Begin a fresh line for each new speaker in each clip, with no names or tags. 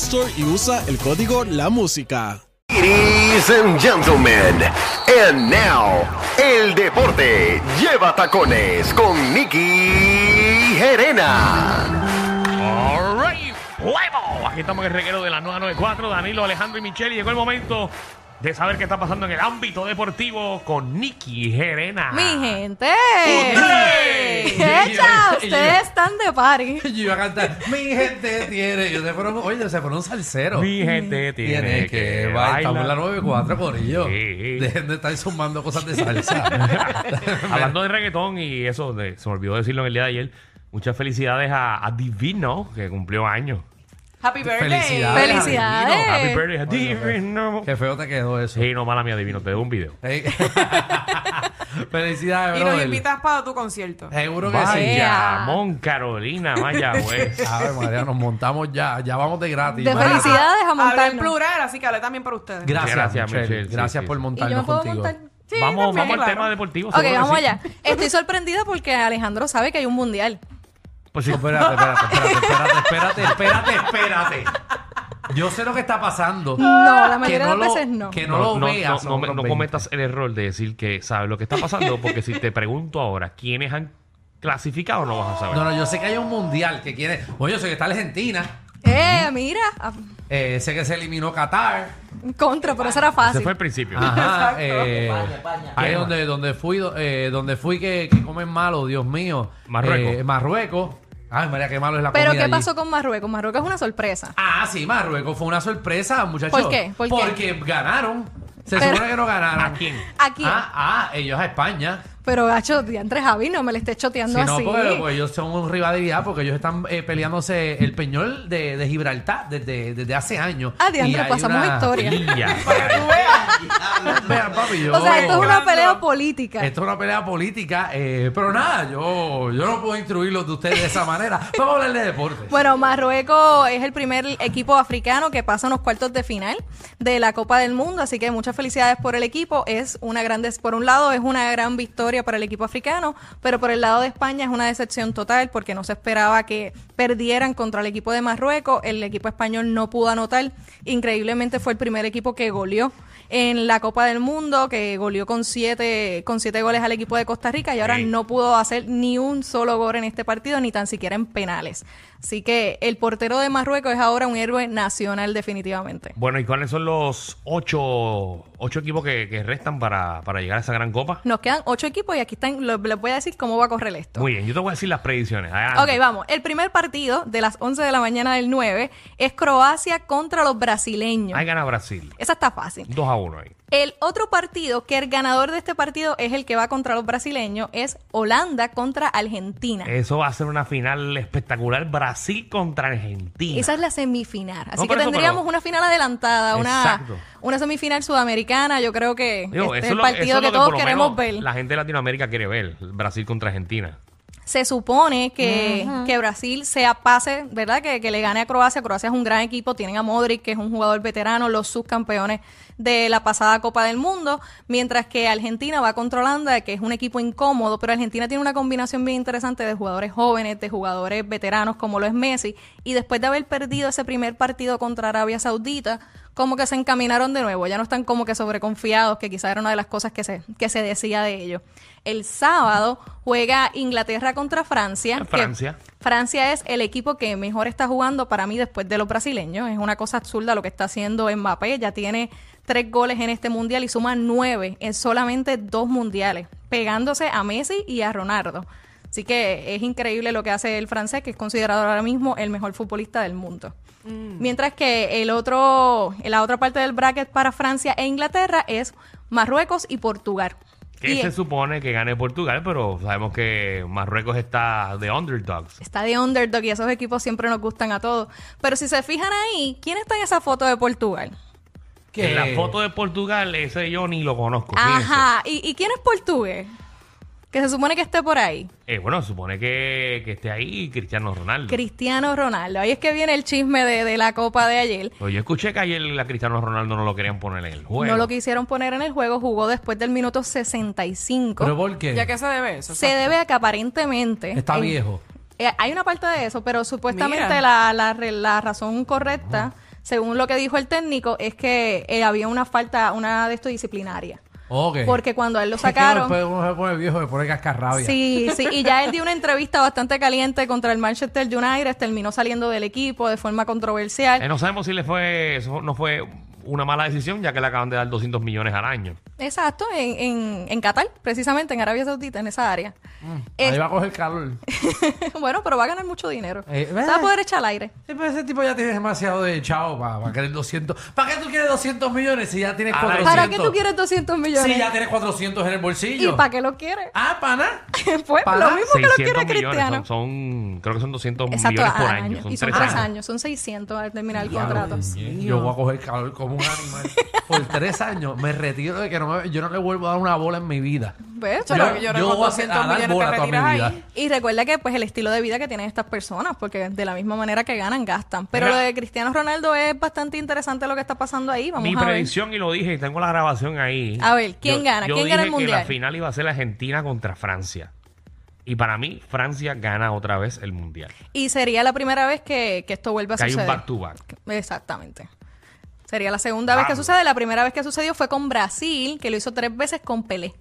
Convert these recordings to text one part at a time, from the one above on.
Store y usa el código La Música.
Ladies and gentlemen, and now, el deporte lleva tacones con Nicky Gerena.
All right, huevo. Aquí estamos en el reguero de la 994, Danilo, Alejandro y Michelle. Y llegó el momento de saber qué está pasando en el ámbito deportivo con Nicky Gerena.
Mi gente.
¡Ustedes!
Echa,
Y yo- y yo-
ustedes están de party.
Yo iba a cantar, mi gente tiene, ellos se fueron, oye, se fueron salseros.
Mi gente tiene,
Tiene que bailar. Estamos en la 94, Corillo.
Sí.
Dejen de estar sumando cosas de salsa.
Hablando de reggaetón y eso, de- se me olvidó decirlo en el día de ayer. Muchas felicidades a, a Divino, que cumplió años.
Happy birthday.
Felicidades.
Felicidades.
Adivino.
Happy birthday a
Oye, qué-
Divino.
Qué feo te quedó eso.
Sí, no, mala mía, Divino, te debo un video.
Ey. Felicidades,
Y nos
brother. Eh,
invitas para tu concierto.
Seguro que
Vaya.
Mon Carolina, vaya, pues. güey.
sí. A ver, María, nos montamos ya. Ya vamos de gratis.
De
María.
felicidades a
Ah, Habla en
montarnos.
plural, así que hablé también para ustedes.
Gracias,
Gracias,
Michelle.
Michelle. Sí,
Gracias
sí,
por
sí.
¿Y yo
montarnos
me puedo
contigo.
montar? Sí,
vamos,
también.
vamos al
claro.
tema deportivo.
Ok,
seguro que
vamos
sí.
allá. Estoy sorprendida porque Alejandro sabe que hay un mundial.
Pues sí.
Espérate, espérate, espérate, espérate, espérate, espérate, espérate. Yo sé lo que está pasando.
No, la
que
mayoría
no
de las
lo,
veces no.
Que no, lo veas.
no, no me-
otros
no
20.
cometas el error de decir que sabes lo que está pasando, porque si te pregunto ahora quiénes han clasificado, no vas a saber.
No, no, yo sé que hay un mundial que quiere. Oye, yo sé que está Argentina.
Eh, mira. ah,
eh, sé que se eliminó Qatar.
Contra, pero eso era
Ese
fácil.
fue el principio.
Ah.
Ajá. eh, que
Ahí
es
va.
donde, donde fui, do- eh, donde fui que, que comen malo, Dios mío.
Marruecos.
Eh, Marruecos. Ay, María, qué malo es la
Pero
comida
¿qué
allí.
pasó con Marruecos? Marruecos es una sorpresa.
Ah, sí, Marruecos fue una sorpresa, muchachos.
¿Por qué? ¿Por qué?
Porque ganaron. Se
Pero-
supone que no ganaron.
¿A quién?
¿A quién?
Ah, ah, ellos a España.
Pero gacho, entre Javi, no me le estés choteando
si no,
así.
pues,
porque, porque ellos son un rivalidad porque ellos están eh, peleándose el peñol de, de Gibraltar desde, desde hace años.
Ah, diantre,
Y hay
pasamos
una-
historia.
Y ya.
Vean, papi, yo-
O sea, esto es una
Alejandro.
pelea política.
esto es una pelea política, eh, pero nada, yo, yo no puedo instruirlos de ustedes de esa manera. Vamos a hablar de deporte.
Bueno, Marruecos es el primer equipo africano que pasa a los cuartos de final de la Copa del Mundo, así que muchas felicidades por el equipo. Es una gran des- por un lado es una gran victoria para el equipo africano, pero por el lado de España es una decepción total porque no se esperaba que perdieran contra el equipo de Marruecos. El equipo español no pudo anotar. Increíblemente fue el primer equipo que goleó en la Copa del Mundo, que goleó con siete con siete goles al equipo de Costa Rica y ahora
Sí.
no no pudo hacer ni un solo gol en este partido, ni tan siquiera en penales. Así que el portero de Marruecos es ahora un héroe nacional definitivamente.
Bueno, ¿y cuáles son los ocho, ocho equipos que, que restan para, para llegar a esa gran copa?
Nos quedan ocho equipos y aquí están, lo- les voy a decir cómo va a correr esto.
Muy bien, yo te voy a decir las predicciones. Adelante.
Ok, vamos. El primer partido de las 11 de la mañana del 9 es Croacia contra los brasileños.
Ahí gana Brasil.
Esa está fácil.
2 a 1 ahí.
El otro partido, que el ganador de este partido es el que va contra los brasileños, es Holanda contra Argentina.
Eso va a ser una final espectacular. Brasil contra Argentina.
Esa es la semifinal. Así
No,
que
por eso,
tendríamos
pero-
una final adelantada, una,
Exacto.
una semifinal sudamericana. Yo creo que
Digo, eso
este es el
lo- eso
partido
es
que,
lo
todos
por lo
queremos
menos
ver.
La gente de Latinoamérica quiere ver. Brasil contra Argentina.
Se supone que, que Brasil sea pase, ¿verdad? Que, que le gane a Croacia. Croacia es un gran equipo. Tienen a Modric, que es un jugador veterano, los subcampeones de la pasada Copa del Mundo. Mientras que Argentina va contra Holanda, que es un equipo incómodo. Pero Argentina tiene una combinación bien interesante de jugadores jóvenes, de jugadores veteranos, como lo es Messi. Y después de haber perdido ese primer partido contra Arabia Saudita, como que se encaminaron de nuevo, ya no están como que sobreconfiados, que quizá era una de las cosas que se, que se decía de ellos. El sábado juega Inglaterra contra Francia.
Ah,
que-
Francia.
Francia es el equipo que mejor está jugando para mí después de los brasileños. Es una cosa absurda lo que está haciendo Mbappé. Ya tiene tres goles en este mundial y suma nueve en solamente dos mundiales, pegándose a Messi y a Ronaldo. Así que es increíble lo que hace el francés, que es considerado ahora mismo el mejor futbolista del mundo. Mientras que el otro, la otra parte del bracket para Francia e Inglaterra es Marruecos y Portugal.
Que
Y
se supone que gane Portugal, pero sabemos que Marruecos está de underdogs.
Está de underdog y esos equipos siempre nos gustan a todos. Pero si se fijan ahí, ¿quién está en esa foto de Portugal?
Que-
En la foto de Portugal, ese yo ni lo conozco.
Pues
fíjense.
Ajá. ¿Y, y quién es portugués? Que se supone que esté por ahí.
Eh, bueno, supone que, que esté ahí Cristiano Ronaldo.
Cristiano Ronaldo. Ahí es que viene el chisme de, de la copa de ayer.
Pero Pues yo escuché que ayer a Cristiano Ronaldo no lo querían poner en el juego.
No lo quisieron poner en el juego, jugó después del minuto 65.
¿Pero por qué?
¿Ya que se debe eso?
se debe a que aparentemente...
Está
en-
viejo.
Eh, hay una parte de eso, pero supuestamente
Mira.
la, la re- la razón correcta, según lo que dijo el técnico, es que eh, había una falta, una de esto disciplinaria.
Ok.
Porque cuando a él lo
Es que
sacaron...
Después uno se pone viejo, se pone cascarrabia.
Sí, sí, y ya él dio una entrevista bastante caliente contra el Manchester United, terminó saliendo del equipo de forma controversial.
Eh, no sabemos si le fue, eso no fue una mala decisión, ya que le acaban de dar 200 millones al año.
Exacto, en, en, en Qatar, precisamente en Arabia Saudita, en esa área.
Mm,
Ahí
Eh,
va a coger calor.
bueno, pero va a ganar mucho dinero.
Eh,
Se va a poder echar al aire.
Sí, pero ese tipo ya tiene demasiado de chavo para querer 200. ¿Para qué tú quieres 200 millones si ya tienes
Ahora,
400?
¿Para qué tú quieres 200 millones?
Si ya tienes 400 en el
¿Y
bolsillo.
para qué lo quieres?
Ah, pana.
pues
para
lo mismo que lo quiere
millones,
Cristiano.
son, son- creo que son 200
Exacto,
millones por
al
año.
año.
Son
Y son
tres
tres
años.
años, son 600 al terminar el contrato.
Yo voy a coger calor como un animal. Por tres años me retiro de que no me- yo no le vuelvo a dar una bola en mi vida.
¿Ves? Pues,
Pero
Pero-
que yo
yo
con
voy a hacer-
200
a dar
millones te
bola toda mi
retiras ahí.
vida.
Y recuerda que pues el estilo de vida que tienen estas personas, porque de la misma manera que ganan, gastan. Pero
Mira.
lo de Cristiano Ronaldo es bastante interesante lo que está pasando ahí. Vamos
Mi
a ver.
predicción, y lo dije, y tengo la grabación ahí.
A ver, ¿quién
Yo-
gana?
yo
¿Quién gana
dije
el
que
mundial?
la final iba a ser Argentina contra Francia. Y para mí, Francia gana otra vez el mundial.
Y sería la primera vez que, que esto vuelva a
Que hay un
suceder.
back to back.
Exactamente. Sería la segunda vez que
Diablo.
sucede. La primera vez que sucedió fue con Brasil, que lo hizo tres veces con Pelé.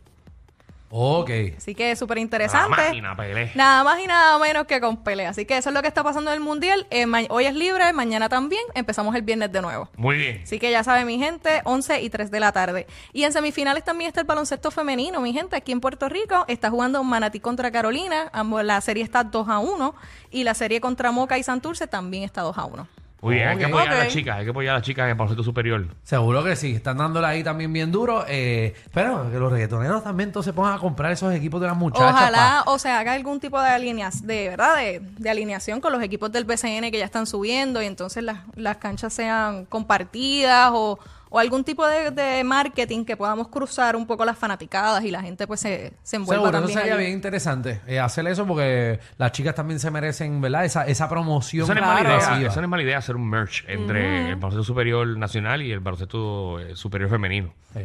Ok.
Así que es súper
La
interesante.
máquina, Pelé.
Nada más y nada menos que con Pelé. Así que eso es lo que está pasando en el Mundial. Eh, ma- hoy es libre, mañana también. Empezamos el viernes de nuevo.
Muy bien.
Así que ya sabe mi gente, 11 y 3 de la tarde. Y en semifinales también está el baloncesto femenino, mi gente, aquí en Puerto Rico. Está jugando Manatí contra Carolina. Ambos- La serie está 2 a 1. Y la serie contra Moca y Santurce también está 2 a 1.
Muy bien, hay que
Ok.
apoyar a
Ok.
las chicas, hay que apoyar a las chicas en el baloncesto superior.
Seguro que sí. Están dándole ahí también bien duro. Eh, pero que los reggaetoneros también entonces pongan a comprar esos equipos de las muchachas.
Ojalá
pa-
o se haga algún tipo de alineación, de verdad, de, de alineación con los equipos del BCN que ya están subiendo y entonces las, las canchas sean compartidas o, o algún tipo de, de marketing que podamos cruzar un poco las fanaticadas y la gente pues se, se envuelva
Seguro, eso
también.
sería
allí.
bien interesante eh, hacer eso porque las chicas también se merecen, ¿verdad? Esa, esa promoción.
Eso no, es mala idea,
masiva.
eso no es mala idea hacer un merch entre el baloncesto superior nacional y el baloncesto eh, superior femenino.
Sí.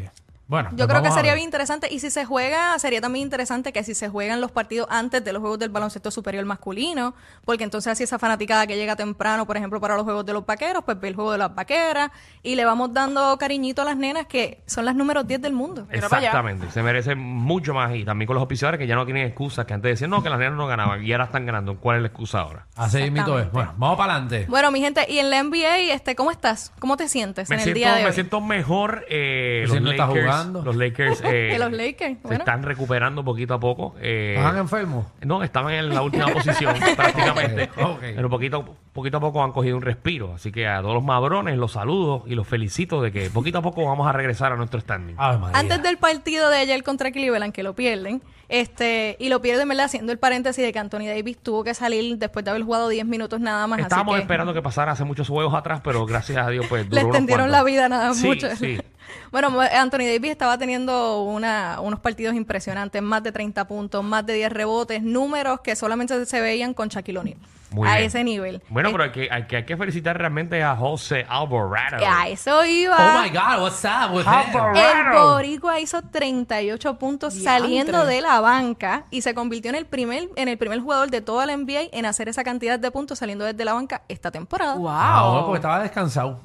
Bueno,
Yo
pues
creo que
vamos a
sería
ver.
bien interesante. Y si se juega, sería también interesante que si se juegan los partidos antes de los juegos del baloncesto superior masculino, porque entonces así esa fanaticada que llega temprano, por ejemplo, para los juegos de los vaqueros, pues ve el juego de las vaqueras y le vamos dando cariñito a las nenas que son las números 10 del mundo.
Mira para allá.
Exactamente, se merecen mucho más y también con los auspiciadores que ya no tienen excusas, que antes decían no, que las nenas no ganaban y ahora están ganando. ¿Cuál es la excusa ahora?
Así mito es. Bueno, vamos para adelante.
Bueno, mi gente, y en la NBA, este, ¿cómo estás? ¿Cómo te sientes
Me
en el
siento,
día de
me
hoy?
siento mejor. eh,
Pues
los,
si no está
Lakers,
jugando.
los Lakers. eh,
Que los Lakers,
Se
bueno.
están recuperando poquito a poco. eh,
¿Están enfermos?
no, estaban en la última posición prácticamente.
Ok, ok.
Pero poquito, poquito a poco han cogido un respiro. Así que a todos los mabrones los saludo y los felicito de que poquito a poco vamos a regresar a nuestro standing.
Ave María.
Antes del partido de ayer contra Cleveland, que lo pierden, este, y lo pierden, ¿verdad? Haciendo el paréntesis de que Anthony Davis tuvo que salir después de haber jugado 10 minutos nada más. así
Estábamos
que-
esperando que pasara hace muchos juegos atrás, pero gracias a Dios, pues duró
Le
unos
extendieron
cuantos.
la vida nada más
Sí,
mucho.
sí.
Bueno, mo- Anthony Davis estaba teniendo una, unos partidos impresionantes, más de 30 puntos, más de 10 rebotes, números que solamente se veían con Shaquille O'Neal.
Muy
a
bien.
ese nivel.
Bueno,
Eh,
pero hay que, hay que, hay que felicitar realmente a José Alvarado.
que a eso iba.
Oh my God, what's up with
Ah,
How
him?
about-
El
Claro.
Boricua hizo 38 puntos
Diantre.
saliendo de la banca y se convirtió en el primer en el primer jugador de toda la NBA en hacer esa cantidad de puntos saliendo desde la banca esta temporada.
pues,
Wow.
Ah, bueno, porque estaba descansado.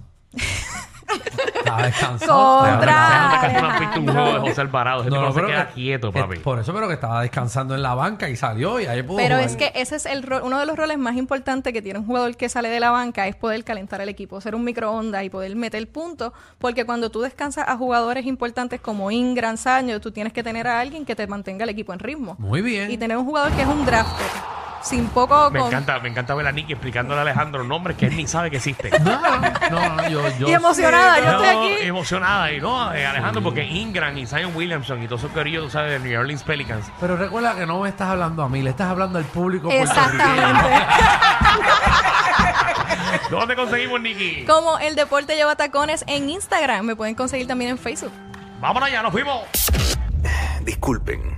Estaba descansando.
Contra.
Nota que
Estaba
tú no has visto un juego de José Alvarado. Ese
No,
tipo
no,
no se
pero
queda
que-
quieto,
que-
papi.
Por eso, pero que estaba descansando en la banca y salió y ahí pudo.
Pero
jugar.
es que ese es el ro- uno de los roles más importantes que tiene un jugador que sale de la banca es poder calentar el equipo, ser un microondas y poder meter puntos, porque cuando tú descansas a jugadores importantes como Ingram, Saño, tú tienes que tener a alguien que te mantenga el equipo en ritmo.
Muy bien.
Y tener un jugador que es un drafter, sin poco
Me
con-
encanta, me encanta ver a Nicky explicándole a Alejandro nombres que él ni sabe que existen.
No, no, no, yo, yo
y emocionada, yo estoy
No,
aquí.
emocionada. Y no, eh, Alejandro, porque Ingram y Zion Williamson y todo esos queridos, tú sabes, de New Orleans Pelicans.
Pero recuerda que no me estás hablando a mí, le estás hablando al público puertorriqueño.
Exactamente.
¿Dónde conseguimos, Nicky?
Como el deporte lleva tacones en Instagram, me pueden conseguir también en Facebook.
Vámonos allá, nos fuimos.
Disculpen,